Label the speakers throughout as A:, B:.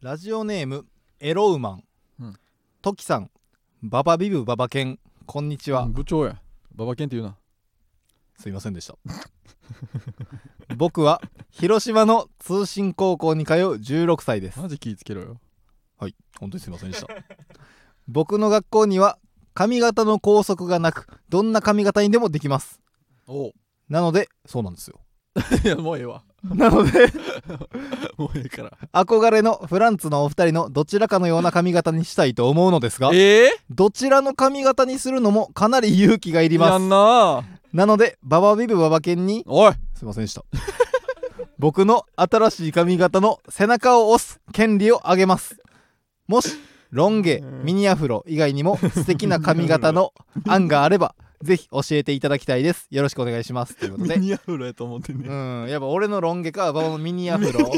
A: ラジオネームエロウマン、
B: うん
A: トキさんババビブババケンこんにちは、
B: うん部長やババケンって言うな
A: すいませんでした 僕は広島の通信高校に通う16歳です
B: マジ気ぃつけろよ
A: はい本当にすいませんでした僕の学校には髪型の拘束がなくどんな髪型にでもできます
B: お
A: なのでそうなんですよ
B: いやもうええわ
A: なので
B: もうええから
A: 憧れのフランツのお二人のどちらかのような髪型にしたいと思うのですが
B: ええ
A: どちらの髪型にするのもかなり勇気がいりま
B: や
A: す
B: んなあ
A: なのでババビブババ犬に
B: おい
A: すいませんでした 僕の新しい髪型の背中を押す権利をあげますもしロン毛ミニアフロ以外にも素敵な髪型の案があればぜひ教えていただきたいですよろしくお願いしますということ
B: ミ
A: で
B: ニアフロやと思ってんねん
A: うんやっぱ俺のロン毛か馬場のミニアフロ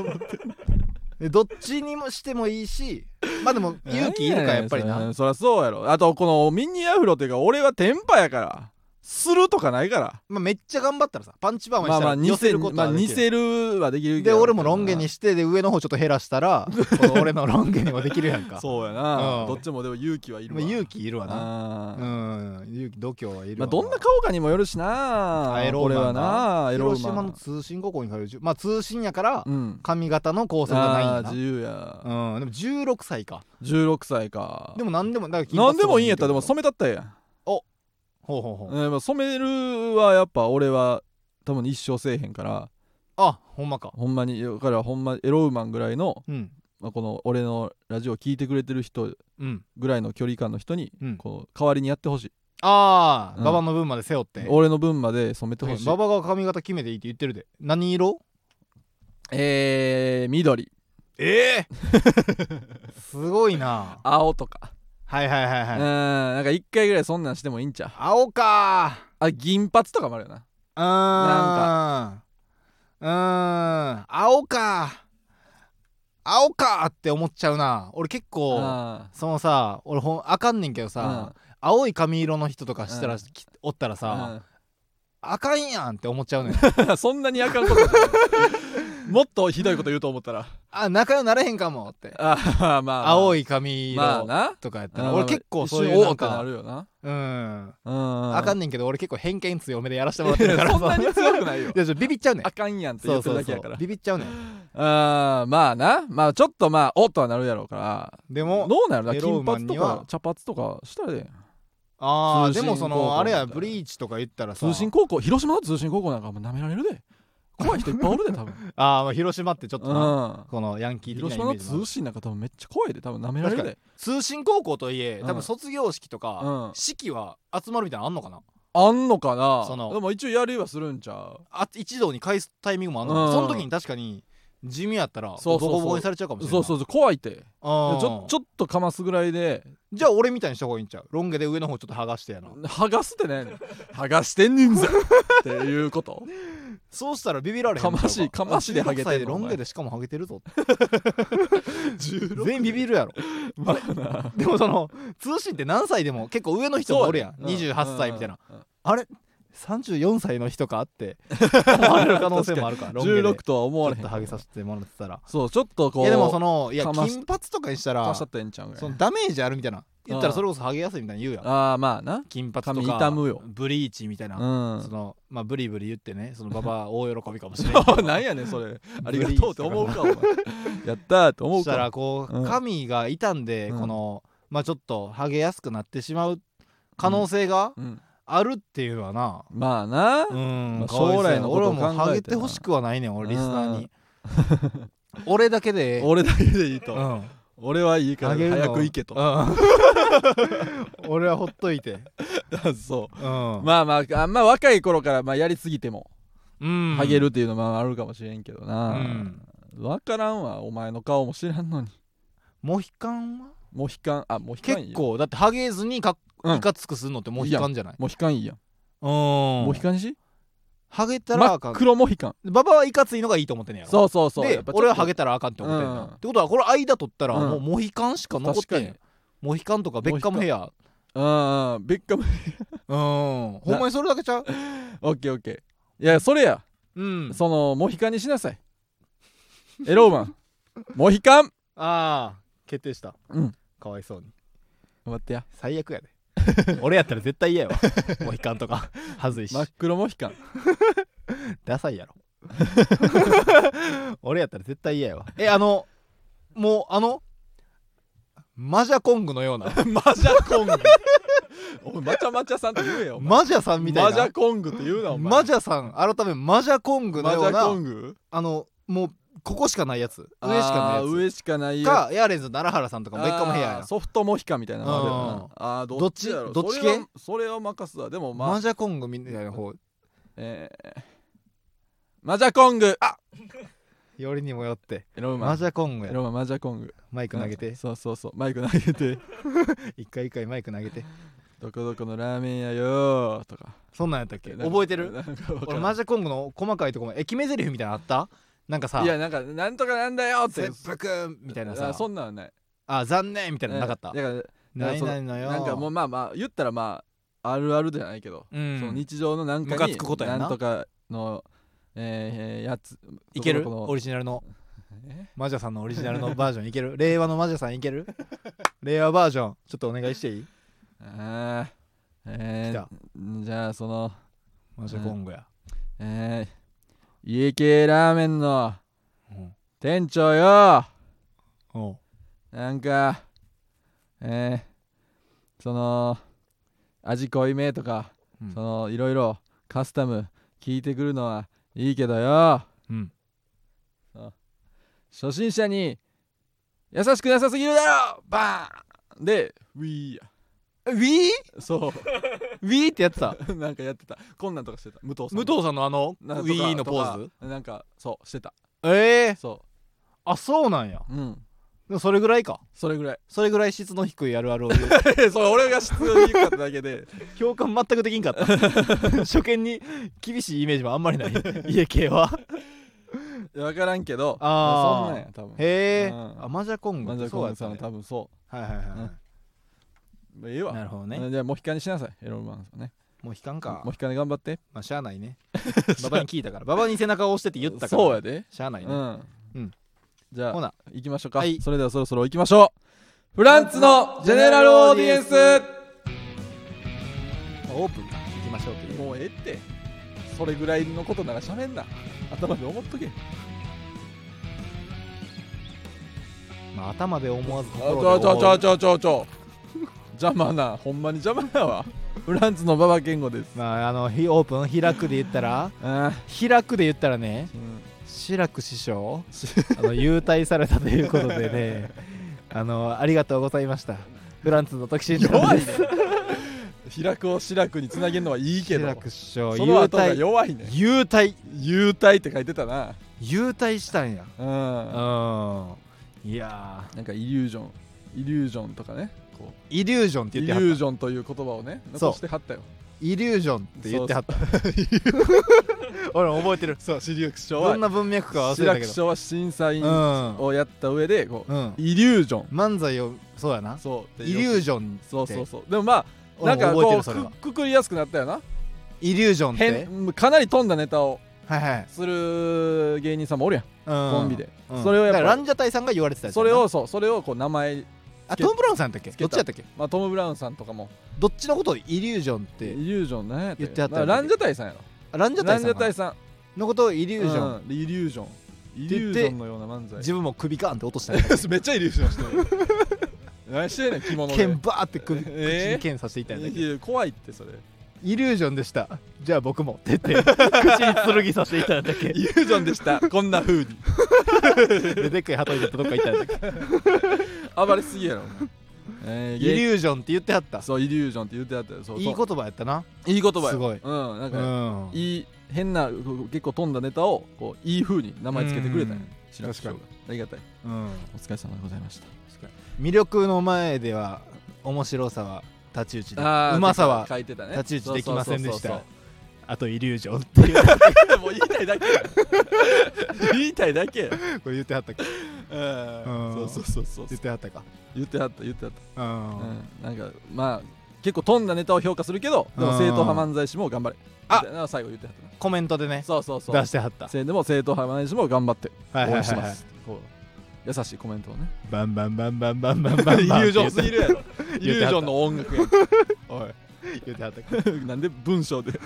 A: でどっちにもしてもいいしまあでも勇気いるかやっぱり
B: そ
A: な
B: れそりゃそうやろあとこのミニアフロっていうか俺はテンパやからするとかないから
A: まあめっちゃ頑張ったらさパンチパーマに
B: ま
A: し
B: あ
A: た
B: ま
A: ら
B: あ似
A: 寄せ
B: せ
A: る
B: る
A: こと
B: まあ
A: はで
B: 似
A: きる
B: せるはできるけど
A: で俺もロン毛にしてで上の方ちょっと減らした らこの俺のロン毛にもできるやんか
B: そうやな、
A: うん
B: どっちもでも勇気はいる
A: まあ
B: わ
A: 勇気いるわな
B: あ
A: う
B: ー
A: ん勇気度胸はいる
B: ま
A: わ
B: あどんな顔かにもよるし
A: あ
B: な
A: エロ
B: これ
A: 馬
B: はな
A: な
B: エロ
A: 広島
B: 馬
A: の通信高校に通うじゅまあ通信やから
B: うん
A: 髪型の構成がないん
B: あ
A: や
B: ー自由や
A: なうんでも16歳か
B: 16歳か
A: でも何でもだから金髪
B: なんでもいいんやったらでも
A: とか
B: 染めたったらええやん
A: ほうほうほう
B: うんまあ染めるはやっぱ俺は多分一生せえへんから
A: あほんまか
B: ほんまにだからほんまエロウーマンぐらいの、
A: うん
B: まあ、この俺のラジオ聞いてくれてる人
A: うん
B: ぐらいの距離感の人に、
A: うん
B: こう代わりにやってほしい
A: ああ
B: うん
A: 馬場の分まで背負って
B: 俺の分まで染めてほしい
A: 馬場が髪型決めていいって言ってるで何色
B: えー、緑
A: ええ すごいな
B: 青とか、
A: はいはいはいはい
B: うんなんか一回ぐらいそんなんしてもいいんちゃう
A: 青か
B: あ銀髪とかもあるよな
A: うーんうーん青か青かって思っちゃうな俺結構
B: あ
A: そのさ俺ほんあかんねんけどさ、青い髪色の人とかしたら、
B: うん
A: きおったら
B: ー
A: さ、あかんやんって思っちゃうねん
B: うん、 そんなにあかんことじゃないもっとひどいこと言うと思ったら
A: あ仲良くなれへんかもって
B: あーまあまあ
A: 青
B: い
A: い髪
B: まあ
A: 色
B: な
A: とかやった
B: う
A: ら
B: ん
A: 俺結構そうい
B: 一
A: うなん
B: 瞬おーってな
A: か
B: るよな
A: うん
B: うん
A: あかん
B: ね
A: ねんけど俺結構偏見強めでやらせてもらってるから
B: そんなに強くない よ
A: いやちょビビっちゃうねん
B: あかんやんって
A: そう
B: 言って
A: そ
B: る
A: う
B: だけ
A: そ
B: やから
A: うビビっちゃうねん
B: あーまあなまあちょっとまあおっとはなるやろうから
A: で
B: ど
A: も
B: うなるな
A: エロウ
B: 金
A: マン
B: 髪と
A: には
B: か茶髪とかしたらええやん
A: ああで
B: 通信
A: もそ
B: 高
A: の
B: 校
A: あれや
B: みたいな
A: ブリーチとか言ったらさ
B: 通信高校広島の通信高校なんかもう舐められるで怖い人いっぱいおるで 多分
A: あーまあ広島ってちょっとな
B: う
A: このヤンキー
B: ん
A: 的な
B: 広
A: イ
B: 島
A: メ
B: の
A: ージもあ
B: 通
A: る
B: 信なんか多分めっちゃ怖いで多分舐められるで
A: 通信高校といえ多
B: う
A: 分
B: ん
A: 卒業式と
B: う
A: か
B: ん
A: 式は集まるみたいなのあんのかな
B: あんのかな
A: その
B: でも一応やりはするんちゃう
A: あ一堂に返すタイミングもあんのか
B: う
A: なんその時に確かに地味やったらボ
B: そうそうそう
A: コボコにされちゃうかもしれんな
B: そ
A: いう
B: そうそう怖いって
A: あー
B: ちょちょっとかますぐらいで
A: じゃあ俺みたいにした方がいいんちゃうロン毛で上の方ちょっと剥がしてやな
B: 剥がすってね剥がしてんねんぞっていうこと
A: そうしたらビビられへん
B: かましかましでハゲてんの
A: んロン毛でしかもハゲてるぞ全員ビビるや ろ
B: まあな
A: でもその通信って何歳でも結構上の人もおるやん
B: そうね
A: 28歳みたいな、
B: うんうんうん
A: あれ34歳の人かって 思われる可能性もあるからロン毛で
B: 16とは思われ
A: ち
B: へ
A: ょ
B: ん
A: っとハゲさせてもらってたら
B: そうちょっとこ
A: いうやでもそのいや
B: かまし
A: 金髪とかにした
B: かま
A: ら
B: しちゃったらええんちゃうんかい
A: そのダメージあるみたいな言ったらそれこそハゲやすいみたいな言うやん
B: ああまあな
A: 金髪とか
B: 髪傷むよ
A: ブリーチみたいな、
B: うん
A: そのまあブリブリ言ってねそのババ大喜びかもしれない
B: そうなんやねんそれありがとうって思うかお前 やったーって思
A: そうしたら
B: か
A: こ
B: う
A: うん髪が傷んで
B: うん
A: この、まあちょっとハゲやすくなってしまう可能性が
B: うん
A: あるっていうのはな、
B: まあな
A: うん、
B: まあ
A: かわいそうや
B: 将来のことを
A: 俺も
B: 考えてな
A: ハゲてほしくはないねん俺リスナ ーに俺だけで
B: 俺だけでいいうと
A: ん
B: 俺はいいから
A: ハゲるの
B: 早く行けと
A: うん 俺はほっといて
B: そ
A: うん
B: う、まあまああんま若い頃からまあやりすぎても
A: うん
B: ハゲるっていうのもあるかもしれんけど
A: う
B: なん分からんわお前の顔も知らんのに
A: モヒカンは
B: モヒカンあモヒカンいい
A: 結
B: や
A: 構だってハゲずにかっ
B: うん
A: いかつくするのってモヒカンじゃない
B: モヒカンいいやん
A: うん
B: モヒカンにし
A: ハゲたら
B: 真
A: あか
B: っ
A: ん
B: 黒モヒカン
A: ババはいかついのがいいと思ってんねやろ
B: そうそうそうや
A: で
B: っぱちょっと
A: 俺はハゲたらあかんって思ってんな、
B: うん
A: ってことはこれ間取ったら
B: うん
A: もうモヒカンしか残っ
B: 確
A: て
B: か
A: ん
B: に
A: やんモヒカンとかベッカムヘア
B: うんうんベッ カム
A: うんほんまにそれだけちゃう
B: オッケーオッケーいやそれや
A: うん
B: そのモヒカンにしなさいエローマンモヒカン
A: ああ決定した、
B: うん
A: かわいそうに
B: 待ってや
A: 最悪やで 俺やったら絶対嫌やわもういかんとかはずいし、
B: 真っ黒モヒカン
A: ダサいやろ 俺やったら絶対嫌やわえあのもうあのマジャコングのような
B: マジャコング おいマチャマチャさんって言え よお前
A: マジャさんみたいな
B: マジャコングって言うなお前
A: マジャさん改めマジャコングの
B: マ
A: よ
B: ジ
A: う
B: ャコ
A: な
B: ング
A: あのもうここしかないやつ上し
B: あ
A: かな
B: ー
A: いや
B: 上しかない
A: つ
B: や
A: かエアレンズの奈良原さんとかベッカムヘア
B: あ
A: や
B: ー
A: ん
B: ソフトモヒカンみたいなのあるよなあーどっちやろ
A: どっち
B: それは
A: どっち
B: それは任すわでもまあ
A: マジャコングみたいな方
B: えーマジャコングあ
A: よりにもよって
B: エロウマ
A: マジャコング
B: エ
A: や
B: ロウママジャコング
A: マイク投げ
B: う
A: て
B: んそうそうそうマイク投げて
A: 一回一回マイク投げて
B: どこどこのラーメン屋よーとか
A: そんなんやったっけ覚えてる
B: なんかわからん
A: 俺マジャコングの細かいとこもえ決め台詞みたいなのあったなんかさ
B: いやなんかなんとかなんだよーって
A: 切腹みたいなさ
B: あそんなんはない
A: あ残念みたいなのなかった
B: だから
A: ないないのよ
B: なんかもうまあまあ言ったらまああるあるじゃないけど、
A: う
B: その
A: ん
B: 日常のなんか
A: ム
B: に
A: カつくことやんなん
B: とかの、えーえーやつ
A: いける
B: どこどこの
A: オリジナル の
B: え
A: マジャさんのオリジナルのバージョンいける令和のマジャさんいけ る令和バージョンちょっとお願いしていい
B: あーえ
A: 来た
B: ー、じゃあその
A: マジャコングや、
B: えー、家系ラーメンの
A: うん
B: 店長よ
A: おう
B: なんかえー、その味濃いめとか、
A: うん
B: そのいろいろカスタム聞いてくるのはいいけどよ
A: うん
B: 初心者に優しくなさすぎるだろバーンでウィーや
A: ウィ
B: そ
A: ーウィーってや ってた
B: う なんかやってたこんなんとかしてた武藤さん
A: 武藤さんのあのウ
B: なんとか
A: ィーのポーズ
B: とかなんかそうしてた
A: ええ
B: そ
A: あそうなんや
B: ううん
A: でもそれぐらいか
B: それぐらい
A: それぐらい質の低いあるあるを
B: それ俺が質にかっただけで
A: 共感全くできんかった 初見に厳しいイメージもあんまりない家系は
B: 分からんけど
A: あー
B: そんなんや多分
A: へえ
B: うん
A: あマジャコング
B: マジャコングさん
A: そうや
B: は
A: っ
B: 多分そ
A: たねはいはいはい、
B: うまあええわ
A: なるほど
B: う
A: ね
B: んじゃあモヒカンにしなさいエロマンさんね
A: もう引かんか
B: モヒカンで頑張って
A: まあしゃあない ね馬場に聞いたから馬場に背中を押してって言ったから
B: そうやで
A: しゃあないうね、
B: ん、
A: うん
B: じゃあ
A: ほな
B: 行きましょうか、
A: はい
B: それではそろそろ行きましょうフランツのジェネラルオーディエンス
A: まあオープンから行きましょうという
B: もうええってそれぐらいのことならしゃべんな頭で思っとけ
A: まあ頭で思わず
B: あち
A: 心で
B: ょちょち
A: 思
B: ょ
A: う
B: ちょちょちょ邪魔なほんまに邪魔やわフランツの馬場健吾です
A: まああのひオープン開くで言ったら
B: あ
A: 開くで言ったらね
B: うん
A: 志らく師匠あの優待されたということで ねあのありがとうございましたフランツの時新
B: 弱いね開くを白くにつなげるのはいいけ
A: 志
B: ど
A: らく師匠
B: そ
A: 優
B: の後が
A: 待
B: 弱いね
A: 優待
B: 優待って書いてたな
A: 優待したんや
B: うん
A: うんいや
B: なんかイリュージョンイリュージョンとかねこう
A: ーイリュージョンって
B: イリ
A: 言っては
B: ュー
A: っ
B: ジョンという言葉をね
A: そう
B: 残してはったよ
A: たイリュージョンって言ってはった 俺も覚えてる
B: そう私略称
A: どんな文脈かは忘
B: 私
A: れたけ
B: 略
A: ど
B: 称は審査員
A: う、
B: をやった上でこうん
A: うん、
B: イリュージョン
A: 漫才をそうやな
B: そう
A: イリュー
B: ジ
A: ジョンって
B: そうそうそうでもまあな
A: 俺
B: ん
A: も
B: か
A: 覚えて
B: こ
A: る
B: う
A: それ
B: く
A: は
B: くくりやすくなったよな
A: イリュージョンって
B: 変かなり飛んだネタを
A: はいはい、
B: する芸人さんもおるやん
A: うん、
B: コンビで
A: うん、
B: それをやっ
A: だ
B: ぱ
A: からランジャタイさんが言われてたやつや
B: そ
A: な
B: れをそうそれをこう名前
A: あトム・ブラウンさんやったっけ
B: つ
A: ど
B: け
A: ったちやったっけ
B: まあトム・ブラウンさんとかも
A: どっちのことをイリュージョンっ
B: イ
A: て
B: リュージョン何やった
A: 言ってはった
B: ま
A: よ
B: あ
A: ね
B: ランジャタイさんやろ
A: あランジャタ
B: ラ
A: イ
B: ン
A: さ
B: ジ
A: ん
B: ャタ
A: か
B: イさん
A: のことをイリュージョン、
B: うんイリュージョンイリュージョンのような漫才
A: 自分も首ガンって落としたり
B: めっちゃイリュージョンしてる 何してんねん着物で
A: 剣バーって首、口
B: えー
A: に剣させていただい
B: いや怖いってそれ
A: イリュージョンでしたじゃあ僕もって 言って口に剣させていただいただけ
B: イリュージョンでしたこんな風に
A: ででっかいハト入れてどっか行ったんだけ
B: 暴れすぎやろお前 えー
A: イ
B: 芸
A: リュージョンって言ってはった
B: そうイリュージョンって言ってあったよそう
A: いい言葉やったな
B: といい言葉よ
A: すごい
B: うんなん
A: う
B: か、
A: ん
B: いい変なこう結構飛んだネタをこういい風に名前つけてくれたんや
A: うん
B: 白石さんがありがたい
A: うん
B: お疲れ様でございました
A: 魅力の前では面白さは太刀打ちで
B: あー
A: うまさは
B: 書いてたね
A: 太刀打ちできませんでした
B: そうそう
A: あとイリュージョン っていう
B: そうそうもう言いたいだけや言いたいだけや
A: これ言ってはったっけ
B: うん
A: うん
B: そうそうそうそう
A: 言ってはったか
B: 言ってはった言ってはった、
A: う
B: うん
A: ん
B: なんかまあ結構飛んだネタを評価するけどでも正統派漫才師も頑張れ
A: あ
B: みたいなのは最後言ってはったな
A: コメントでね
B: そうそうそう
A: 出してはった
B: せでも正統派漫才師も頑張って
A: はい
B: 応
A: はい
B: 援し
A: はい
B: ま
A: はい
B: すこう優しいコメントをね
A: バンバンバンバンバンバンバ
B: イリ
A: ンバン
B: ュージョンすぎるやろイリ
A: 言
B: ュ
A: うて
B: ー
A: はった
B: ジョンの音楽やんおい
A: 言うてはったか
B: なんで文章で、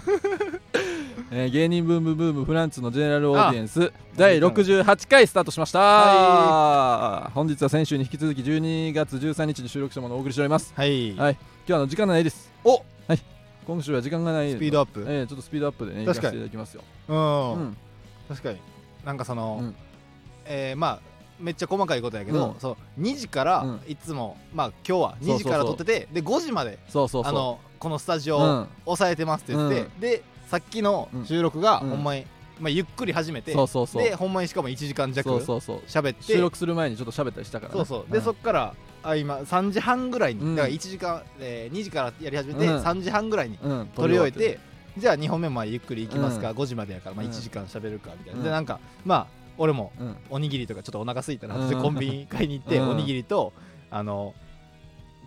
B: えー芸人ブームブームフランツのジェネラルオーディエンス第68回スタートしました、
A: は
B: 本日は先週に引き続き12月13日に収録したものをお送りしております
A: はい
B: はい今日はあの時間ないです
A: お
B: はい今週は時間がない
A: スピードアップ
B: えーちょっとスピードアップでね行か
A: 確
B: せ
A: か
B: て
A: に
B: いただきますよ、
A: うん、
B: うん
A: 確かになんかその、
B: うん
A: えーまあめっちゃ細かいことやけど、
B: うん
A: そう2時から
B: うん
A: いつも、まあ今日は
B: そうそうそう
A: 2時から撮っててで5時まで
B: そうそうそう
A: あのこのスタジオ
B: う
A: を
B: ん、
A: 抑えてますって言って、
B: う
A: でさっきの収録が
B: うん
A: ほんまに、まあ、ゆっくり始めて
B: そうそうそう
A: でほんまにしかも1時間弱
B: そうそうそう
A: 喋って
B: 収録する前にちょっと喋ったりしたから、ね、
A: そうそうで、
B: ん
A: そっからあ今3時半ぐらいに、
B: うん
A: だから1時間、えー2時からやり始めて、
B: うん
A: 3時半ぐらいに
B: うん、
A: 撮り終え
B: 終わって
A: じゃあ2本目まあゆっくり行きますか、
B: う
A: 5時までやから、まあ、
B: うん
A: 1時間喋るかみたいな、
B: うん
A: でなんかまあ俺も
B: る、うん、
A: おにぎりとかちょっとお腹空いたな
B: うん
A: でコンビニ買いに行って、
B: うん
A: おにぎりとあの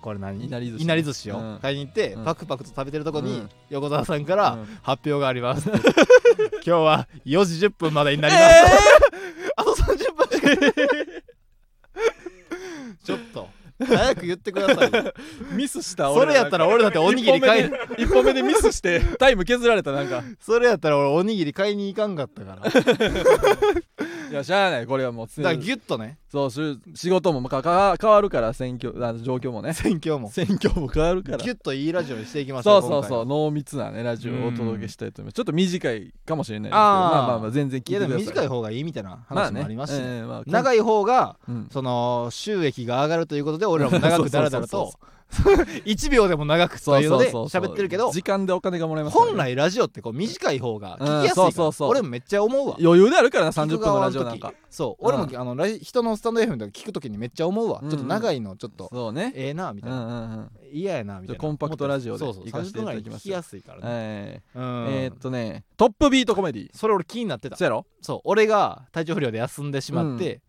A: これ何
B: いなり寿司
A: を
B: うん
A: 買いに行って、
B: うん
A: パクパクと食べてるとこに、
B: うん
A: 横澤さんから、
B: うん
A: 発表があり ます今日は4時10分までになります、 あと30分しかちょっと早く言ってくださいよ
B: ミスし た
A: それやったら俺だっておにぎり買い
B: 一本目で一本目でミスしてタイム削られたなんか
A: それやったら俺おにぎり買いに行かんかったからだか
B: いやしゃあないこれはもう常
A: ら
B: に
A: ギュッとね
B: そうしゅ仕事もかか変わるから選挙あの状況もね
A: 選挙も
B: 選挙も変わるから
A: ギュッといいラジオにしていきまし
B: そ
A: ょう
B: うそう
A: 今
B: そう濃密なねラジオをお届けしたいと思いますちょっと短いかもしれないですけど
A: あー
B: まあまあまあ全然聞
A: 回
B: い
A: い
B: て
A: や
B: くだ
A: で
B: さ
A: も
B: い
A: 短い方がいいみたいな話もありますしね、
B: まあねええまあ
A: 長い方が
B: うん
A: その収益が上がるということで俺らも長くダラダラ
B: そうそう
A: と 1秒でも長くというので喋ってるけど
B: 時間でお金がもらえますからね
A: 本来ラジオってこう短い方が聞きやすいか
B: う
A: ら
B: んそうそうそう
A: 俺もめっちゃ思うわ
B: 余裕であるからな30
A: 聞
B: 分
A: く側
B: の
A: の
B: ラジオなんか
A: そう俺も
B: うん
A: あのラジ人のスタンド FM とか聞くときにめっちゃ思うわ
B: うんう
A: ち
B: ん
A: ょっと長いのちょっと
B: そうね
A: ええなみ
B: う
A: たい
B: んう
A: なん
B: うん
A: 嫌やなみたいな
B: コンパクトラジオで
A: そうそう
B: 行かせ
A: 30
B: て
A: 分
B: いた
A: ぐ
B: だ
A: らい
B: き
A: で
B: ま
A: 聞
B: す
A: きやすいからね
B: え
A: う
B: ー
A: ん
B: えーっとねトップビートコメディ
A: それ俺気になってた
B: そうやろ
A: そう俺が体調不良で休んでしまって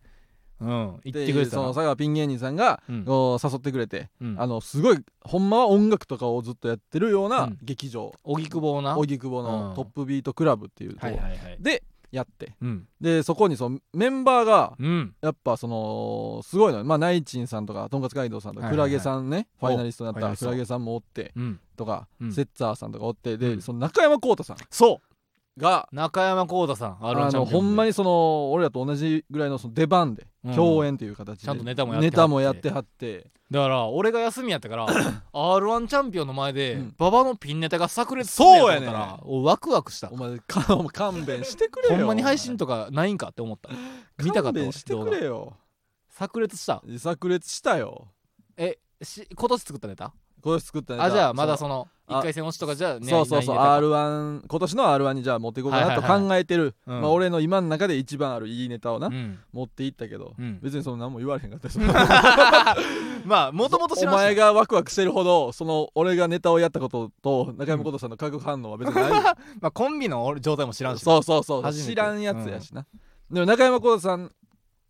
A: うん行ってくれてた
B: その
A: の
B: 佐川ピン芸人さんが、
A: うん
B: こう誘ってくれて、
A: うん
B: あのすごいほんまは音楽とかをずっとやってるよう
A: う
B: なん劇場
A: 荻窪な
B: 荻窪、
A: う
B: の
A: ん
B: トップビートクラブっていうとこ、
A: はいはいはい
B: でやって
A: うん
B: でそこにそのメンバーが
A: うん
B: やっぱそのすごいのよまあナイチンさんとかとんかつ街道さんとか
A: はい
B: ク
A: はいは
B: ラ
A: い
B: ゲさんねファイナリストになっ
A: ファイナ
B: た
A: リス
B: ク
A: ト
B: ラゲさんもおって
A: うん
B: とか、
A: うん
B: セッツァーさんとかおってで、
A: うん
B: その中山浩太さん
A: そ
B: が
A: う中山浩太さんあ
B: あのほんま
A: に
B: にその俺らと同じぐらいのその出番で、
A: うん
B: 共演という形で
A: ちゃんとネタもやっては
B: ネ
A: って
B: タもやってはって
A: だから俺が休みやった から r 1チャンピオンの前で
B: うん
A: 馬場のピンネタが炸裂
B: そうやねん
A: んからおワクワクした
B: お前かお前勘弁してくれ
A: ほ
B: よ
A: んまに配信とかないんかって思った見たか
B: 勘
A: った
B: 弁
A: わ
B: して
A: 動
B: く
A: 画
B: れよ
A: 炸裂した
B: 炸裂したよ
A: えし今年作ったネタ
B: 今年作ったネタ
A: あじゃあまだそ
B: の
A: の
B: あ
A: 1回戦落ちとかじゃね
B: そうそうそう
A: ないネ
B: r 1今年の r 1にじゃあ持っていこうか
A: はい
B: な
A: は
B: と
A: いはい
B: 考えてる、
A: うん
B: まあ、俺の今の中で一番あるいいネタをな、
A: タかうん
B: 持っていったけど、
A: うん
B: 別にその何も言われへんかったし
A: まあもともと知
B: お
A: らんし
B: 前がワクワクしてるほどその俺がネタをやったことと中山ことさんの化学反応は別にないよ
A: まあコンビの俺状態も知らんし
B: そうそうそう
A: 初めて
B: 知らんやつやしな、でも中山浩太さん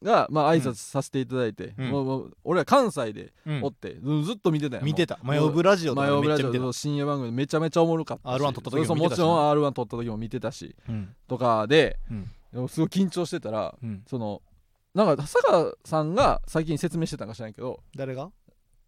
B: がまあ挨拶させていただいて、
A: うん
B: もうもう俺は関西で
A: うん
B: おって、ずずっと見てたよ
A: 見てたマヨブラジオと
B: マ
A: か
B: ヨ
A: め
B: ブ
A: っ
B: ラ
A: ち
B: ジ
A: ゃ見てた
B: オ深夜番組めちゃめちゃおもろかったし
A: R1 撮った時も見てたし
B: それこそもちろん R1 撮った時も見てたし
A: うん
B: とかで
A: うん
B: でもすごい緊張してたら
A: うん
B: そのなんか佐川さんが最近説明してたんか知らんけど
A: 誰が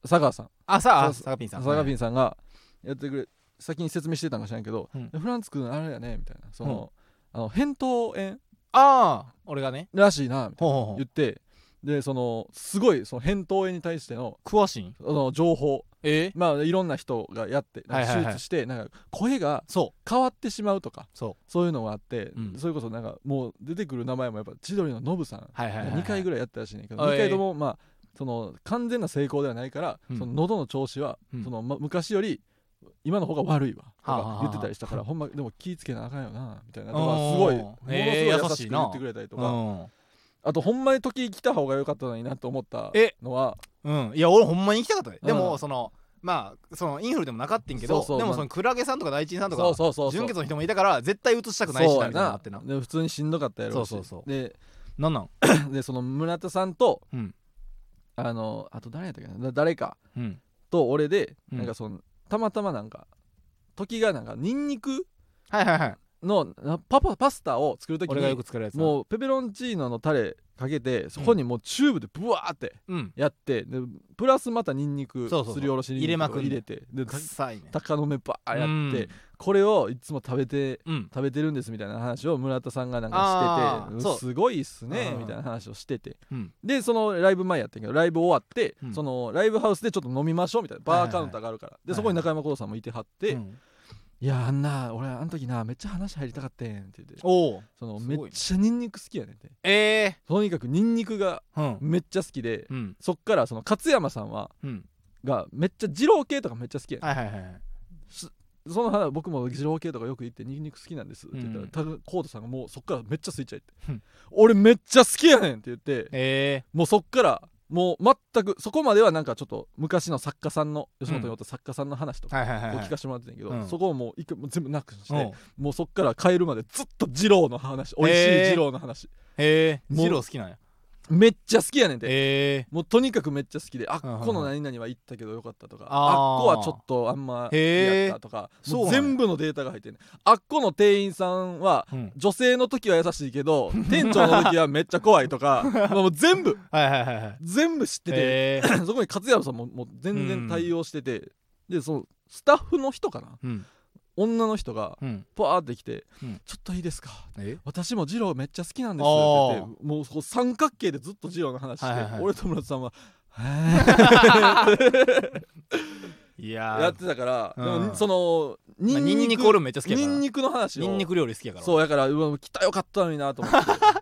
B: 佐川さん
A: あさ
B: そう
A: あ
B: そう
A: サガピンさん
B: 佐川ピンさんがやってくれ先に説明してたんか知らんけど、
A: うん
B: フランツ君あれやねみたいなその、あの扁桃炎
A: ああ俺がね
B: らしいなみたい
A: ほうほう
B: な
A: ほ
B: 言
A: う
B: ってでそのすごいその扁桃炎に対しての
A: 詳しいん
B: その情報
A: え
B: まあいろんな人がやってなんか
A: はいはい
B: 手
A: はい
B: 術してなんか声が
A: そ
B: 変わってしまうとか
A: うそう
B: そういうのがあって、
A: うん
B: それこそなんかもう出てくる名前もやっぱ千鳥のノブさん
A: はいはいはいはい
B: 2回ぐらいやったらしいねんけど
A: あ
B: 2回ともまあその完全な成功ではないから、
A: うん
B: その喉の調子は、
A: うん
B: そのま昔より今の方が悪いわと
A: はあはあは
B: か
A: あ
B: 言ってたりしたから、ほんまでも気ぃつけなあかんよなみたいなと
A: お
B: か
A: ー
B: すごいものすごい
A: へー
B: 優
A: 優
B: し
A: しい
B: く
A: な
B: 言ってくれたりとか、
A: うん
B: あとほんまに時来た方が良かったのになと思った
A: え
B: のは
A: うん、いや俺ほんまに行きたかったで、
B: うん
A: でもそのまあそのインフルでもなかったんけど
B: そうそう
A: でもそのクラゲさんとか大地さんとか
B: そうそうそうそう
A: 純血の人もいたから絶対移したくないし
B: そう
A: な
B: や
A: みたいなのあってな
B: で普通にしんどかったやろし
A: そうそうそう
B: で
A: なんなん
B: でその村田さんと、
A: うん
B: あのあと誰やったっけなだ誰か
A: うん
B: と俺で、
A: うん
B: なんかそのたまたまなんか時がなんかニンニク
A: はいはいはい
B: のなパパパスタを作る時
A: 俺がよ
B: に
A: く作るやつな
B: もうペペロンチーノのタレかけてそこにもうチューブでブワーって
A: うん
B: やってでプラスまたニンニク
A: そうそうそう
B: すりおろしに入
A: 入
B: れ
A: れ
B: て でた
A: 臭いね
B: 鷹の目バーやって
A: うん
B: これをいつも食べて
A: うん
B: 食べてるんですみたいな話を村田さんがなんかして
A: あー
B: てう
A: そ
B: ん
A: う
B: すごいっすね
A: うん
B: みたいな話をしてて
A: うん
B: でそのライブ前やってんけどライブ終わって、
A: うん
B: そのライブハウスでちょっと飲みましょうみたいな
A: はいは
B: バ
A: いはい
B: ーカウンターがあるから、で
A: はいはい
B: そこに中山浩さんもいてはって
A: う
B: 「
A: ん
B: いやあんな俺あの時なめっちゃ話入りたかったん」って言って
A: おお
B: その
A: す
B: め
A: ごい
B: っちゃニンニク好きやねんて
A: え
B: とにかくニンニクが
A: えうん
B: めっちゃ好きで、
A: うん
B: そっからその勝山さんは
A: うん
B: がめっちゃ二郎系とかめっちゃ好きやね
A: はいはいはいはい
B: んその話僕も二郎系とかよく言ってニンニク好きなんですって言ったら、
A: うん
B: たコートさんがもうそっからめっちゃスイッチ入って、
A: うん
B: 俺めっちゃ好きやねんって言って
A: え
B: もうそっからもう全くそこまではなんかちょっと昔の作家さんの吉本におった作家さんの話と
A: え
B: か、
A: はいはいはい
B: こう
A: は
B: 聞
A: い
B: かせてもらってたんやけど、
A: うん
B: そこをもう一回もう全部なくして、
A: うん
B: もうそっから帰るまでずっと二郎の話美味しい二郎の話、
A: へえ
B: もう
A: ジロー好きなんや
B: めっちゃ好きやねんて、
A: え
B: もうとにかくめっちゃ好きであっ
A: うんうんうん
B: この何々は行ったけどよかったとか、あ
A: あ
B: っ
A: ー
B: こはちょっとあんま
A: へ
B: 嫌
A: ー
B: やったとか、
A: そう
B: もう
A: なんや
B: 全部のデータが入ってんねんあっこの店員さんは
A: えうん
B: 女性の時は優しいけど店長の時はめっちゃ怖い とかもう全部
A: はいはいはいはい
B: 全部知ってて、
A: ええ
B: そこに勝山さんももう全然対応してて、でそのスタッフの人かな
A: うん
B: 女の人が
A: うん
B: パーって来て、
A: うん
B: ちょっといいですか
A: え
B: 私も二郎めっちゃ好きなんです」
A: あ
B: っ
A: ー
B: て言ってもうこう三角形でずっと二郎の話して、
A: はいはいはい
B: 俺と村田さんは「へー
A: いやー
B: やってたから、
A: うん
B: でもそのニ
A: まあニンニク俺もめっちゃ好きやから
B: ニンニクの話を
A: ニンニク料理好きやから
B: そうやからうわ来たよかったのになと思って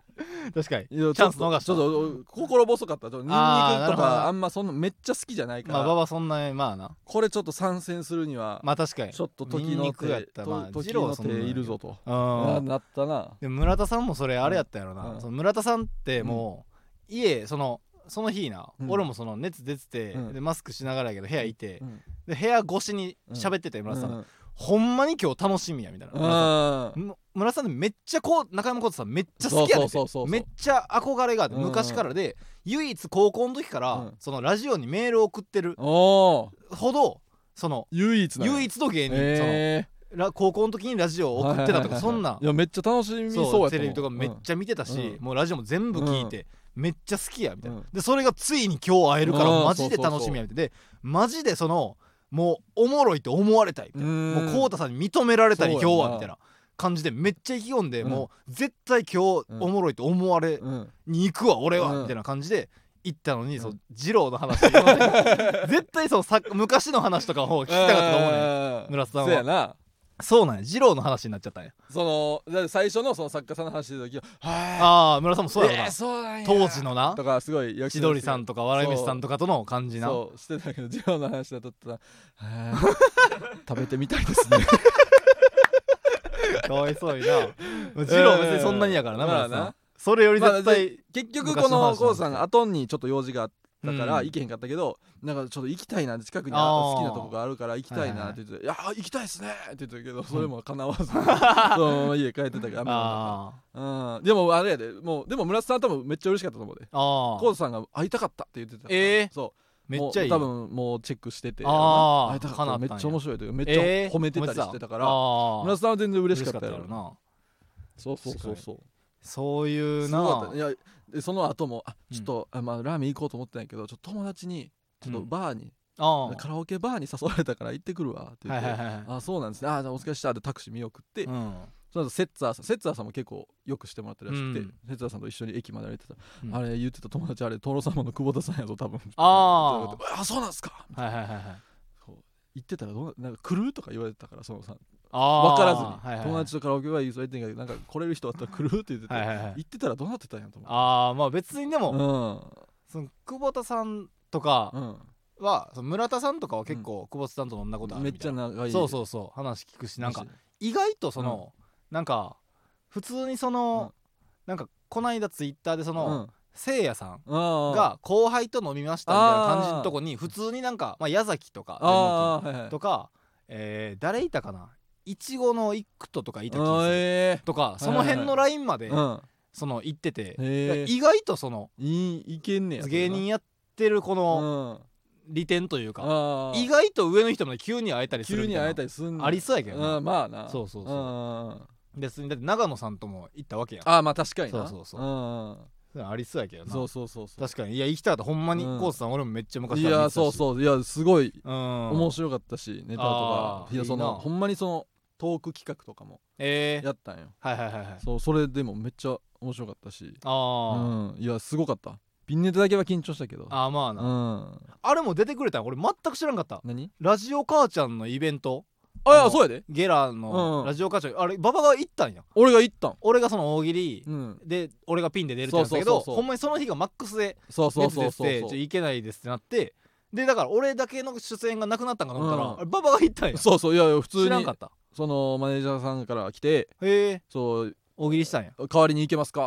A: 確かに
B: いや
A: チャンス逃した
B: ちょっとちょっと心細かったちょっとニンニク
A: あーなる
B: と
A: ほど
B: かあんまそんなめっちゃ好きじゃないから、
A: まあ馬場そんなまあな
B: これちょっと参戦するには
A: まあ確かに
B: ちょっと時
A: ニン
B: の
A: ニクや
B: 手
A: っ、た
B: と
A: まあ
B: 時
A: ジロー
B: の
A: はそん
B: 手
A: なのやけど
B: いるぞと、
A: う
B: あ
A: ん
B: なったな
A: でも村田さんもそれあれやったんやろな、
B: うん
A: その村田さんってもう、家そのその日な、
B: うん
A: 俺もその熱出てて、
B: うん
A: でマスクしながらやけど部屋いて、
B: うん
A: で部屋越しに喋ってたよ村田さん、
B: うん
A: ほんまに今日楽しみやみたいな、村田さんむ村田さんってめっちゃこう中山浩太さんめっちゃ好きやねんて
B: そうそうそうそう
A: めっちゃ憧れがあって
B: うん
A: 昔からで、唯一高校の時から、
B: うん
A: そのラジオにメールを送ってる
B: おー
A: ほどその
B: 唯一
A: 唯
B: 一
A: 一の芸人、
B: え
A: そのラ高校の時にラジオを送ってたとかそんなん
B: いやめっちゃ楽しみそうやと
A: そ
B: 思
A: うテレビとかめっちゃ見てたし、もうラジオも全部聞いて、めっちゃ好きやみたいな、
B: うん
A: でそれがついに今日会えるから
B: うん
A: マジで楽しみやみたいなでマジでそのもうおもろいと思われたいみたいな、
B: うん
A: もうこうたさんに認められたい
B: そう
A: 今日
B: やな
A: はみたいな感じでめっちゃ意気込んで、
B: うん
A: もう絶対今日おもろいと思われ
B: うんうん
A: に行くわ俺は、
B: うん
A: みたいな感じで行ったのに、
B: うん
A: その二郎の話 絶対そのさ昔の話とかの方が聞きたかったと思うねん
B: うん
A: 村瀬さんは
B: そうやな
A: そうなんや二郎の話になっちゃったんや
B: そのだって最初のその作家さんの話してた時はは
A: ああ村田さんも
B: い
A: そうやろな、
B: えーそうなんや
A: 当時のな
B: とかすごい
A: 千鳥さん
B: と
A: とか笑い飯さんとかとの感じな
B: そうしてたけどジローの話だとったらはー 食べてみたいですね
A: かわいそうにな ジロー別にそんなにやから な
B: うん
A: 村田
B: まあ
A: さ
B: なん
A: それより
B: まあ
A: 絶対
B: 結局この
A: 昔の話なんですよ
B: コウさんが後にちょっと用事があったから
A: うん
B: 行けへんかったけど、なんかちょっと行きたいな近くに
A: あ
B: あ
A: ー
B: 好きなとこがあるから行きたいなって言って「いやー行きたいっすね」って言ってたけどそれも叶わ ずそのまま家帰ってたから雨の
A: あ
B: 中、うん、でもあれやでもうでも村瀬さん多分めっちゃ嬉しかったと思うで
A: ーあ
B: コウ
A: ー
B: さんが「会いたかった」って言ってたから
A: えー
B: そう
A: めっちゃいい
B: もう多分もうチェックしてて
A: あー
B: 会いたかっ
A: 叶
B: た
A: ったん
B: め
A: や
B: っちゃ面白いというかめっちゃ
A: えー
B: 褒めてたりしてたから、
A: あー
B: 村瀬さんは全然嬉しかったや
A: 嬉
B: ろ
A: し
B: な
A: な
B: そうそうそうそう
A: そういう
B: すごかっ
A: な
B: たいやでその後もあ
A: うん
B: ちょっと、あまあ、ラーメン行こうと思ってないけどちょっと友達にちょっと
A: うん
B: バーに、
A: あー
B: カラオケバーに誘われたから行ってくるわって言
A: は
B: っ
A: い
B: て、
A: はいはい
B: あそうなんですねあじゃあお疲れしたでタクシー見送って、
A: うん
B: その後セッツァーさんセッツァーさんも結構よくしてもらってるらしくて、
A: うん
B: セッツァーさんと一緒に駅まで歩いてた、
A: うん
B: あれ言ってた友達あれトロサーモンの久保田さんやぞ多分
A: あ
B: って言われてあそうなんすか
A: はいはいはいはい
B: そう言ってたらどうななんか来るとか言われてたからそのさん
A: あー
B: 分からずに、
A: はいはいはい
B: 友達とカラオケバー行くと言ってんけどなんか来れる人だったら来るって言ってて、
A: はいはいはい
B: 行ってたらどうなってたんやと思って
A: あーまあ別にでもその久保田さんとか
B: うん、うん
A: はその村田さんとかは結構久保田さんと飲んだことある
B: め
A: み
B: った
A: い
B: ち
A: な
B: ゃ長い
A: そうそうそう話聞くしなんか意外とその、なんか普通にその、なんかこないだツイッターでそ
B: うん
A: の、せいやさん
B: ああ
A: が後輩と飲みましたみたいな感じのとこに普通になんか、まあ、矢崎とか
B: ああはい
A: レ
B: は
A: モンティー
B: い
A: とか、えー誰いたかないちごのイクトとかいた気
B: あ
A: が
B: あ
A: する
B: え
A: とかその辺のラインま
B: え
A: で
B: うん
A: その行ってて、
B: へー
A: 意外とその
B: いいいけんねや
A: 芸人
B: や
A: やってるこの
B: あ
A: 利点というか、
B: あ
A: 意外と上の人まで急に会えたりす
B: 急
A: るみ
B: に
A: たいな
B: 会えたりすんの
A: ありそうやけどな
B: うんまあな
A: そうそうそう
B: うん
A: 別にだって長野さんとも行ったわけやん
B: ああまあ確かにな
A: そうそうそう
B: うんうん
A: それありそうやけどな
B: そうそうそうそう
A: 確かにいや行きたかったほんまに、
B: うん
A: コースさん俺もめっちゃ昔
B: い
A: から
B: や
A: 見てたし
B: そうそういやすごい
A: うん面
B: 面白かったしネタと
A: あ
B: か
A: ー
B: いやその
A: いいな
B: ほんまにそのトーク企画とかも
A: ええ
B: やったんよ
A: はいはいはいはい
B: そうそれでもめっちゃ面白かったしう
A: あー、
B: んいやすごかったピンネタだけは緊張したけど
A: あーまあ
B: う
A: な、
B: ん
A: あれも出てくれたん俺全く知らんかった
B: 何
A: ラジオ母ちゃんのイベント
B: あい
A: あ
B: や
A: の
B: そうやで
A: ゲラ
B: うんう
A: の
B: ん
A: ラジオ母ちゃん、あれ馬場が行ったんや
B: 俺が行ったん
A: 俺がその大喜利
B: うん
A: で俺がピンで出るってなったけど
B: そうそうそうそう
A: ほんまにその日がマックスで
B: そうそう
A: 熱
B: そう
A: 出て
B: そう
A: てちょ行けないですってなってでだから俺だけの出演がなくなったんかと思ったら、
B: う
A: あ
B: ん
A: れ馬場が行ったんや
B: そうそういやいや普通
A: 知らん
B: に
A: かった
B: そのマネージャーさんから来て
A: へえ
B: そう
A: 大喜利したんや
B: 代わりに行けますかっ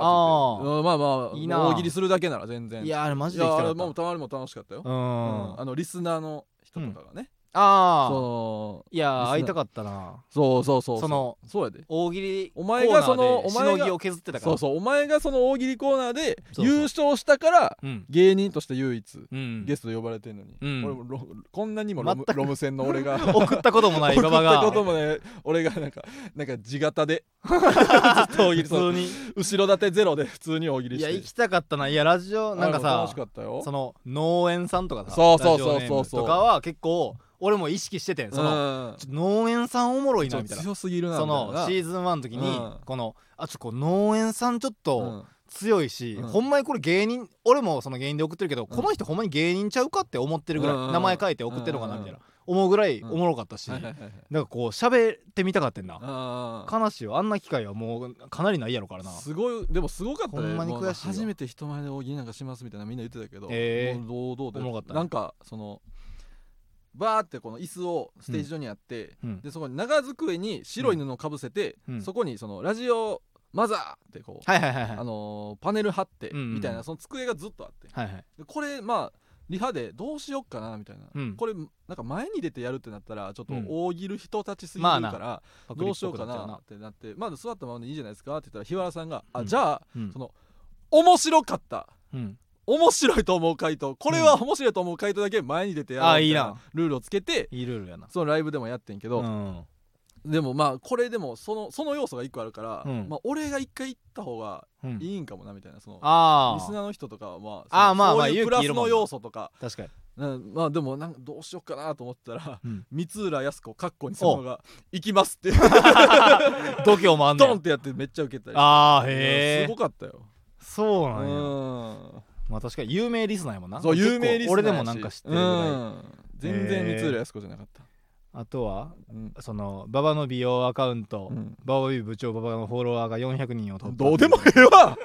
B: て言ってうんまあまあ
A: いいな
B: 大喜利するだけなら全然
A: いやあれマ
B: い
A: ジで
B: や
A: 行きた
B: あ
A: か
B: れ
A: った
B: もうたまにも楽しかったよ
A: うん、
B: うん
A: あ
B: あのリスナーの人とかがね
A: あー
B: そ
A: いやー
B: リスナー
A: 会いたかったな
B: のそうそうそう
A: その
B: そうやで
A: 大喜利
B: お前がその
A: コーナーで
B: お前が
A: しのぎを削ってたから
B: そうそうお前がその大喜利コーナーで
A: そうそう
B: 優勝したから
A: うん
B: 芸人として唯一
A: うん
B: ゲストで呼ばれてんのに
A: うん
B: 俺もロこんなにもロム
A: 全く
B: ロム線の 俺が
A: 送ったこともない馬場 が
B: 送ったこともね俺がなんかなんか地 形でずっと大喜利そう
A: 普通に
B: 後ろ盾ゼロで普通に大喜利
A: い
B: して
A: や行きたかったないやラジオなんか
B: あれも
A: さ
B: 楽しかったよ
A: その農園さんとかさ
B: そうそうそう
A: ラジオネーム
B: そう
A: とかは結構俺も意識しててんその
B: の
A: ちょ農園さんおもろい
B: ちょ
A: な
B: っ
A: みた
B: と
A: いな
B: 強すぎるな
A: そ
B: みたいな
A: のシーズン1の時に
B: うん
A: このあちょこう農園さんちょっ
B: う
A: と
B: ん
A: 強いし
B: うん
A: ほんまにこれ芸人俺もその芸人で送ってるけど
B: うん
A: この人ほんまに芸人ちゃうかって思ってるぐら
B: うん
A: い名前書いて送ってるのかなみたいな思うぐらいおもろかったし
B: はいは
A: ないん
B: はい
A: かこう喋ってみたかったんな
B: あー
A: 悲しいよあんな機会はもうかなりないやろからな
B: すごいでもすごかったね
A: ほんまに
B: もう
A: 悔しいよ
B: 初めて人前で大喜利なんかしますみたいなみんな言ってたけど、
A: えー
B: もう堂々で
A: おもろかったね
B: なんかそのバーってこの椅子をステージ上にあって、
A: うん
B: でそこに長机に白い布をかぶせて、
A: うん
B: そこにそのラジオマザーってこう、
A: はいはいはいはい
B: あのーパネル貼って
A: うんうんうん
B: みたいなその机がずっとあって
A: はいはい
B: でこれまあリハでどうしよっかなみたいな、
A: うん
B: これなんか前に出てやるってなったらちょっと
A: うん
B: 大喜利人たちすぎる
A: ま
B: か
A: あな
B: ら、どうしようかなってなってまだ座ったままでいいじゃないですかって言ったら日原さんが「あ
A: うん
B: じゃあ
A: うん
B: その面白かった
A: うん
B: 面白いと思う回答これは面白いと思う回答だけ前に出てやろう
A: あー
B: み
A: いい
B: たい
A: な
B: なルールをつけて
A: いいルールやな
B: そのライブでもやってんけど、
A: ん
B: でもまあこれでもそのその要素が1個あるから、
A: うん
B: まあ、俺が1回行った方が
A: うん
B: いいんかもなみたいなその
A: あ
B: リ
A: あ
B: スナーの人とかはま
A: あー
B: あその
A: まあまあ
B: そういう
A: 勇
B: プラ
A: 気い
B: ス
A: るもん
B: の
A: な
B: 要素とか
A: 確かに
B: うんまあでもなんかどうしようかなと思ったら、
A: うん
B: 光浦靖子かっこにするのが「行きます」って
A: 度胸もあんね
B: ドンっ
A: ん
B: てやってめっちゃウケたり
A: ああ
B: す
A: へえ
B: ごかったよ
A: そう
B: う
A: なんや
B: ん
A: まあ確かに有名リスナーやもんな
B: そう有名
A: 結
B: リスナーやし
A: 構俺でもなんか知ってるぐ
B: う
A: らい
B: ん全然
A: へー
B: 光浦靖子じゃなかった、
A: あとは
B: うん
A: その馬場の美容アカウント
B: うん
A: 馬場美部長馬場のフォロワーが400人を突破
B: どうでもええわ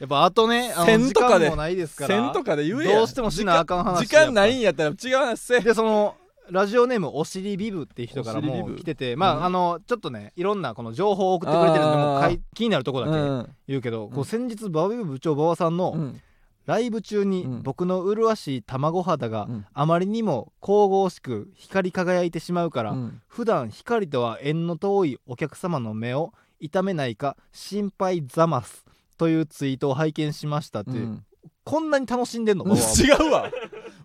A: やっぱあとねあの
B: 1000
A: 時
B: とか
A: 間
B: で
A: もないですから
B: 1000とかで言えや
A: どうしてもしなあかん話
B: 時間ないん
A: やっ
B: やったら違う話せ
A: ぱでそのラジオネームおしりビブっていう人から
B: おしり
A: も
B: ビブ
A: 来ててまあ、
B: うん
A: あのちょっとねいろんなこの情報を送ってくれてるんでもうかい気になるとこだけ
B: うん
A: 言うけど、
B: ん
A: こう先日バービー部長馬場さん
B: う
A: の
B: ん
A: ライブ中に
B: うん
A: 僕の麗しい卵肌が
B: うん
A: あまりにも神々しく光り輝いてしまうから、
B: うん
A: 普段光とは縁の遠いお客様の目を痛めないか心配ざますというツイートを拝見しましたって、
B: うん
A: こんなに楽しんでんの、馬場は
B: 違うわ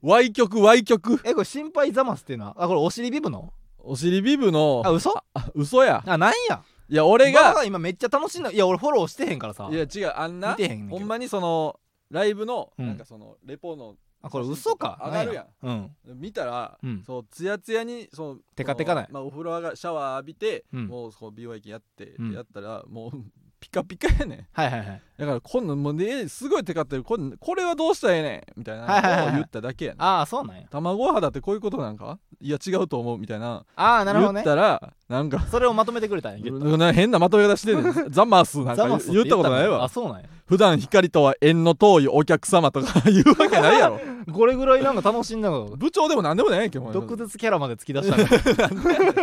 B: Y 曲 Y 曲
A: えこれ心配ざますっていうのはあこれお尻ビブの
B: お尻ビブの
A: あ嘘
B: あ嘘や
A: あなんや
B: いや俺
A: 馬場
B: が
A: が今めっちゃ楽しんだいや俺フォローしてへんからさ
B: いや違うあん
A: 見
B: な
A: てへんねんけど
B: ほんまにそのライブの
A: うん
B: なんかそのレポの
A: あこれ嘘か
B: 上がるやん
A: なんやうん
B: 見たら、
A: うん
B: そうツヤツヤにそう
A: テカテカない
B: まあ、お風呂上がシャワー浴びて、
A: うん
B: もうこう美容液やって、
A: うん
B: やったらもう ピカピカやねん
A: はいはいはい
B: だからこんなんもう、ね、すごいテカってるこんこれはどうしたらええねんみたいな
A: はいはいはい
B: を言っただけやねん
A: ああそうなんや
B: 卵肌ってこういうことなんかいや違うと思うみたいな
A: ああなるほど
B: 言
A: ね
B: ったらなんか
A: それをまとめてくれたんやゲット
B: な変なまとめ方してんね んザマスなん
A: ザ
B: か
A: マスって
B: 言ったことないわ
A: あそうなんや
B: 普段光とは縁の遠いお客様とか言うわけないや ろ
A: これぐらいなんか楽しんだの
B: 部長でも何でもないやんけお前
A: 毒舌キャラまで突き出したん や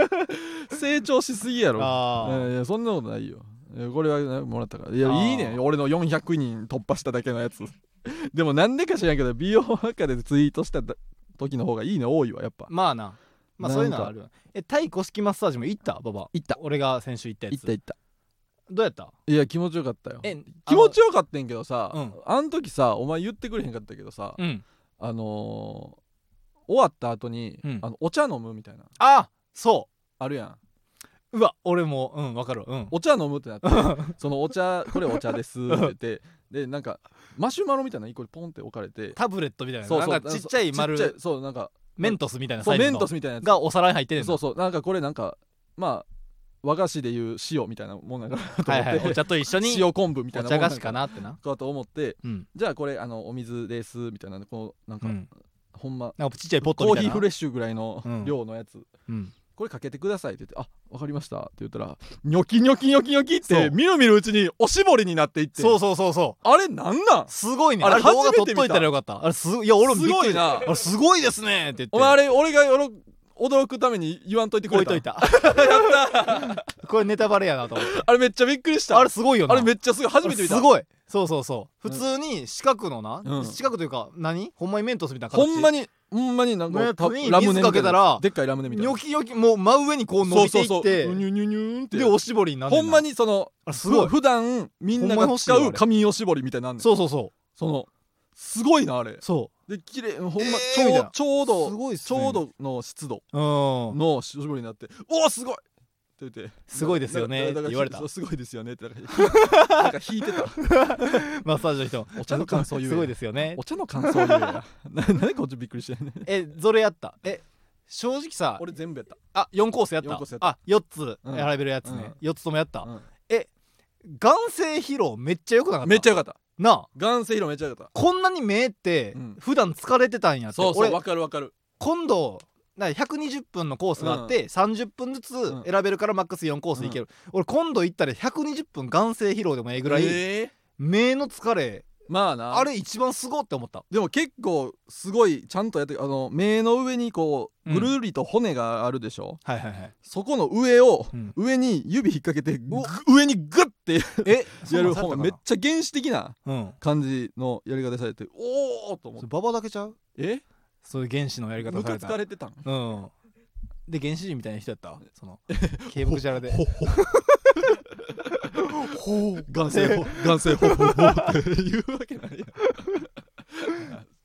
B: 成長しすぎやろ
A: あー
B: いやいやそんなことないよいやこれはもらったからい
A: あ
B: や
A: ー
B: いいねん俺の400人突破しただけのやつ でもなんでか知らんけど美容赤でツイートした時の方がいいね多いわやっぱ
A: まあなまあそういうのはあるよえタイ古式マッサージも行ったババ
B: 行った
A: 俺が先週行ったや
B: いった
A: つ
B: いった
A: どうやった
B: いや気持ちよかったよ
A: え
B: 気持ちよかったんけどさ
A: うん
B: あん時さお前言ってくれへんかったけどさ
A: あのうん
B: あのー終わった後に
A: うん
B: あのお茶飲むみたいな
A: あそ
B: あるやん
A: ううわ俺もうんわかるうん
B: お茶飲むっ てなってそのお茶これお茶ですって言ってでなんかマシュマロみたいなの一個ポンって置かれて
A: タブレットみたいななんかちっちゃい丸
B: ちっちゃそうなんか
A: メントスみたいな
B: そ
A: サ
B: う
A: イズ
B: メ
A: の
B: ントスみたいなやつ
A: がお皿に入ってんねんな
B: そうそうなんかこれなんかまあ和菓子でいう塩みたいなもんなんかなと
A: は
B: 思
A: い
B: って、
A: はいお茶と一緒に
B: 塩昆布みたい
A: お
B: なも
A: 茶
B: んな
A: 菓
B: ん
A: 子かなってな
B: かと思って
A: うん
B: じゃあこれあのお水ですみたいなこうなん
A: う
B: か、
A: ん
B: ほんま
A: なんかちっちゃいポットみ
B: コー
A: たい
B: ヒ
A: な
B: ーフレッシュぐらいの
A: うん
B: 量のやつ、
A: うん
B: これかけてくださいって言って「あわかりました」って言ったらニョキニョキニョキニョキっ
A: そう
B: てみるみるうちにおしぼりになっていって
A: そうそうそうそう
B: あれなんなん
A: すごいね
B: あれ
A: あれ動画撮
B: 初め
A: って
B: 見た
A: といたらよかったあれすごいいや俺もびっ
B: す
A: くり
B: ごいな
A: あれすごいですねって言って
B: お前あれ俺がよろ驚くために言わんといてく
A: 置
B: れ
A: い
B: た
A: といた これネタバレやなと思って
B: あれめっちゃびっくりした
A: あれすごいよな
B: あれめっちゃすごい初めて見た
A: すごいそうそうそう普通に四角の
B: う
A: なん四角というか何ほんまにメントスみたいな形
B: ほんまにほんまになん
A: ね
B: かた
A: 手に
B: ラムネみいな
A: 水かけたら
B: でっかいラムネみたい
A: ニ
B: な
A: ョキニョキもう真上にこう伸びてい
B: そう
A: っ
B: そうそうニ
A: て
B: ュニュニュンって
A: でおしぼりになんねん
B: ほ
A: なん
B: まにその
A: あれすごい
B: 普段みんなが使
A: ほんまに欲しいわあ
B: う
A: れ
B: 紙おしぼりみたいなのあんねん
A: そうそうそ
B: そのすごいなあれ
A: うそ
B: で綺麗ほんま、
A: えーみたいな
B: ちょうちょう
A: す
B: ど、
A: ごいっす
B: ち
A: ね
B: ょうどの湿度
A: ううん
B: のおしぼりになって「おおすごい!」って言って「
A: すごいですよね
B: だだだ
A: 言われた
B: そうすごいですよね」ってなん かなんか引いてた
A: マッサージの人も
B: お茶の感想言うやん
A: すごいですよね
B: お茶の感想言うやななんでこっちびっくりしてんねん
A: えそれやったえ正直さ
B: 俺全部やった
A: あ四4コースやった
B: 四コースやった
A: あ四つ
B: うん
A: 選べるやつね、四4つともやった、
B: うん
A: 眼性疲労めっちゃ良くなかった
B: めっちゃよかった
A: なあ
B: 眼性疲労めっちゃよかっ
A: こんなに目って
B: うん
A: 普段疲れてたんやったて、
B: そうそうわ
A: 俺
B: かるわかる
A: 今度な120分のコースがあって、30分ずつ選べるからマックス4コースいける、俺今度行ったら120分眼性疲労でもええぐらい、
B: えー
A: 目の疲れ
B: まあな
A: あれ一番すごって思った
B: でも結構すごいちゃんとやってあの目の上にこう
A: うん
B: ぐるりと骨があるでしょ、
A: はいはいはい
B: そこの上を、
A: うん
B: 上に指引っ掛けてぐ上にグッて
A: え
B: やる方がめっちゃ原始的な
A: うん
B: 感じのやり方されておおと思っ
A: それ
B: て
A: ババだけちゃう
B: え
A: そういう原始のやり方
B: ム
A: さ
B: カ
A: れ
B: つ
A: た
B: かれてたん
A: うんで原始人みたいな人やったその警部ジャラで
B: ほう眼性ほ眼性ほうほうほうって言うわけないやん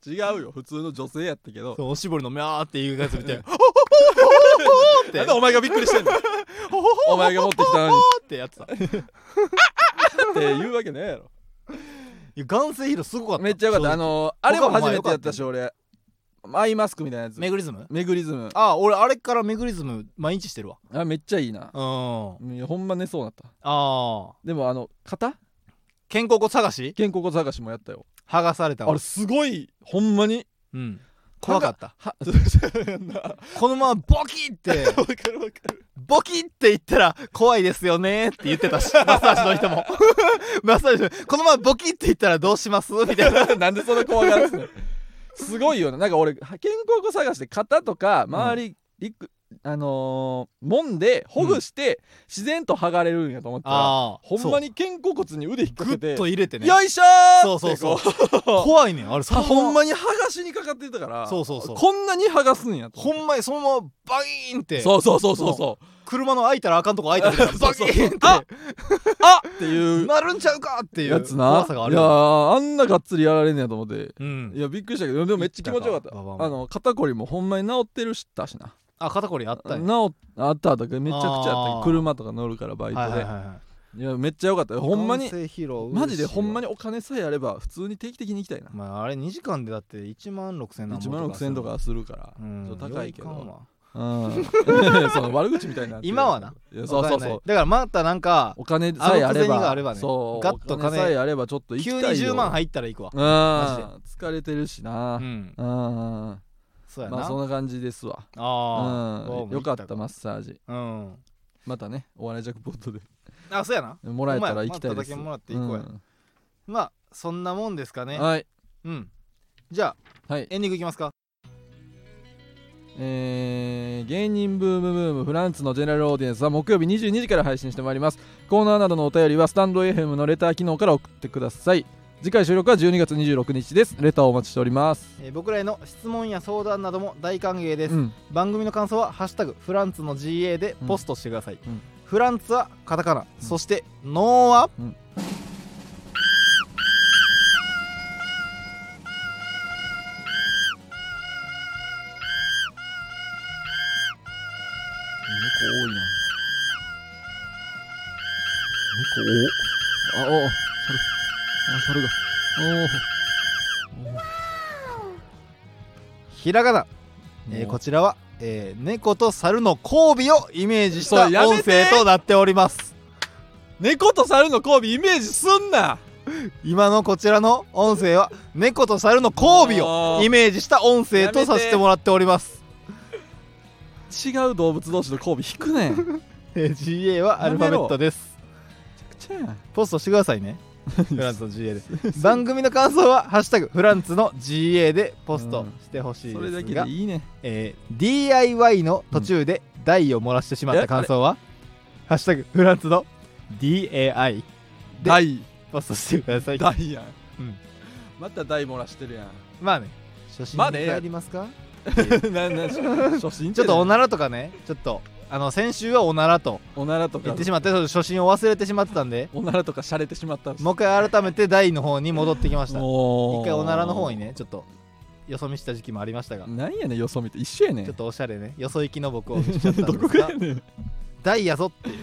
B: 違うよ普通の女性やったけど
A: そうおしぼりのミャーっていうやつ見てほほほほほって
B: なんでお前がびっくりしてんのお前が持ってきたのに
A: ってやってた
B: って言うわけねえやろ
A: いや眼性疲労す ごかった
B: めっちゃよかったあのーあれも
A: 他もま
B: 初
A: あ
B: めてやったし俺アイマスクみたいなやつ
A: メグリズム
B: メグリズム
A: ああ俺あれからメグリズム毎日してるわ
B: あめっちゃいいな
A: うんあ
B: いやほんま寝そうなった
A: あ
B: でもあの肩
A: 肩甲骨探し
B: 肩甲骨探しもやったよ
A: 剥がされた
B: あ
A: わ
B: れすごいほんまに
A: うん怖かった
B: は
A: このままボキって
B: わかるわかる
A: ボキって言ったら怖いですよねって言ってた しマッサージの人も マッサージの人このままボキって言ったらどうしますみたいな
B: なんでそんな怖がるんすねすごいよななんか俺肩甲骨探して肩とか周りいく、あのー、揉んでほぐして、自然と剥がれるんやと思ったら
A: ああ
B: ほんまに肩甲骨に腕引っ
A: グ
B: 掛けて
A: ッと入れてね
B: よいしょー
A: そうそうそう
B: って こ
A: 怖いねんあれそ
B: あ
A: の
B: ほん
A: ま
B: まに剥がしにかかってたから
A: そうそうそう
B: こんなに剥がすんやと
A: ほんまにそのままバイーンって
B: そうそうそうそうそう
A: 車の開いたらあかんとこ開いたみたいな
B: そ
A: バ
B: う
A: キ
B: そうそう
A: ーンって
B: ああっていう
A: なるんちゃうかっていう
B: やつな
A: 怖さがあ
B: い
A: る
B: や
A: よ
B: ーあんながっつりやられんねやと思って
A: うん
B: いやびっくりしたけどでもめっちゃ気持ちよかった
A: いったかババも
B: あの肩こりもほんまに治ってるしったしな
A: あ肩こりあったんや
B: 治あったあっためちゃくちゃあった
A: あー
B: 車とか乗るからバイトで、
A: はいいはいはいはい
B: やめっちゃよかったよほんまに
A: 眼性疲労
B: マジでほんま
A: に
B: にお金さえあれば普通に定期的に行きたいな
A: まああれ2時間でだって1万6000
B: 1万6000とかするから、
A: うん
B: ちょっと高いけ
A: ようかん
B: ど
A: わ
B: うん その悪口みたいになってる
A: 今はない
B: やそうそう
A: わかん
B: そ
A: ないうだからまたなんか
B: お金さえあ
A: あの小
B: れ
A: 銭が
B: ば
A: あればね
B: そう
A: ガッと
B: お
A: 金
B: 金さえあればちょっと行き
A: 急
B: たい
A: に
B: よ
A: 10万入ったら行くわ
B: うん疲れてるし
A: う
B: な、
A: ん
B: うん、ま
A: そうやな
B: あそんな感じですわ
A: あ
B: うん、よかったマッサージ
A: あうん
B: またねお笑いジャックポットで
A: あそうやな
B: もらえたら行きた
A: ほ
B: い
A: んまやまただ
B: で
A: け
B: す
A: もらっていこうやまあそんなもんですか
B: う
A: ね
B: んはい
A: うんじゃあ
B: はい
A: エンディングいきますか
B: えー芸人ブームブームフランツのジェネラルオーディエンスは木曜日22時から配信してまいりますコーナーなどのお便りはスタンド FM のレター機能から送ってください次回収録は12月26日ですレターをお待ちしております
A: えー僕らへの質問や相談なども大歓迎です
B: うん
A: 番組の感想は「ハッシュタグフランツの GA」でポストしてください、
B: うん
A: フランツはカタカナ、
B: ん
A: そしてノーは、
B: うん猫多いなおあお猿あ猿が
A: ひらがな、
B: お
A: えー
B: お
A: こちらは、えー猫と猿の交尾をイメージした
B: それや
A: 音
B: めて
A: 声となっております
B: 猫と猿の交尾イメージすんな
A: 今のこちらの音声は猫と猿の交尾
B: あ
A: を
B: ー
A: イメージした音声とさせてもらっております、
B: 違う動物同士の交尾引くね んめ
A: えー GA はアルファベットです
B: ちゃくちゃやん
A: ポストしてください ねフランツの GA で番組の感想は「ハッシュタグフランツの GA」でポストしてほしい
B: そ
A: で
B: れだ
A: す
B: け
A: が
B: で、いいね
A: えー DIY の途中で台を漏らしてしまった感想は「ハッシュタグフランツの DAI で
B: 大」
A: ポストしてください
B: 大やん、
A: うん
B: また大漏らしてるやん
A: まあね初心
B: まあ
A: に
B: ね
A: 帰りますか、
B: なんなん初心
A: ちょっとお
B: おな
A: ならとかねちょっとあの先週はおならと
B: おならと
A: 言
B: か
A: ってしまってちょっと初心を忘れてしまってたんで
B: おならとか洒落てしまったんです
A: もう一回改めて台の方に戻ってきました
B: も
A: 一回おならの方にねちょっとよそ見した時期もありましたが、
B: なんやねんよそ見て一緒やねん
A: ちょっとおしゃれねよそ行きの僕を見せちゃったん
B: ど
A: で
B: こ
A: す
B: が
A: が
B: やねん
A: 台やぞっていう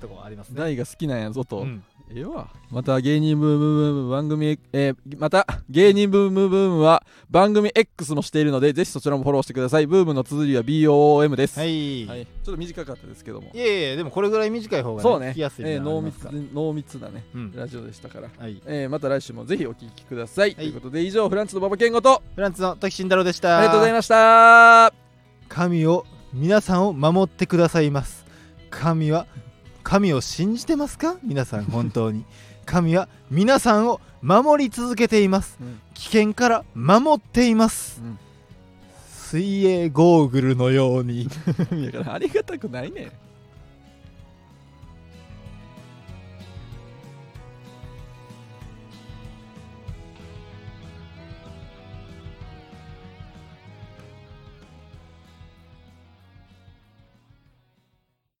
A: とこありますね、
B: 大が好きなんやぞと、
A: うん、
B: ええわまた芸人ブームブーム番組えーまた芸人ブームブームは番組 X もしているのでぜひそちらもフォローしてくださいブームの綴りは BOOM です
A: は、い、
B: はいちょっと短かったですけども
A: いえいえでもこれぐらい短い方が、ね、
B: そうね
A: 聞きやすい
B: えー濃
A: 密
B: 密濃密なね
A: うん
B: ラジオでしたから、
A: はい、
B: えーまた来週もぜひお聞きください、
A: い
B: ということで以上フランスの馬場健吾と
A: フランツの時慎太郎でした
B: ありがとうございました
A: 神を皆さんを守ってくださいます神は神を信じてますか皆さん本当 に神は皆さんを守り続けています
B: うん
A: 危険から守っています、
B: うん
A: 水泳ゴーグルのように
B: だからありがたくないねん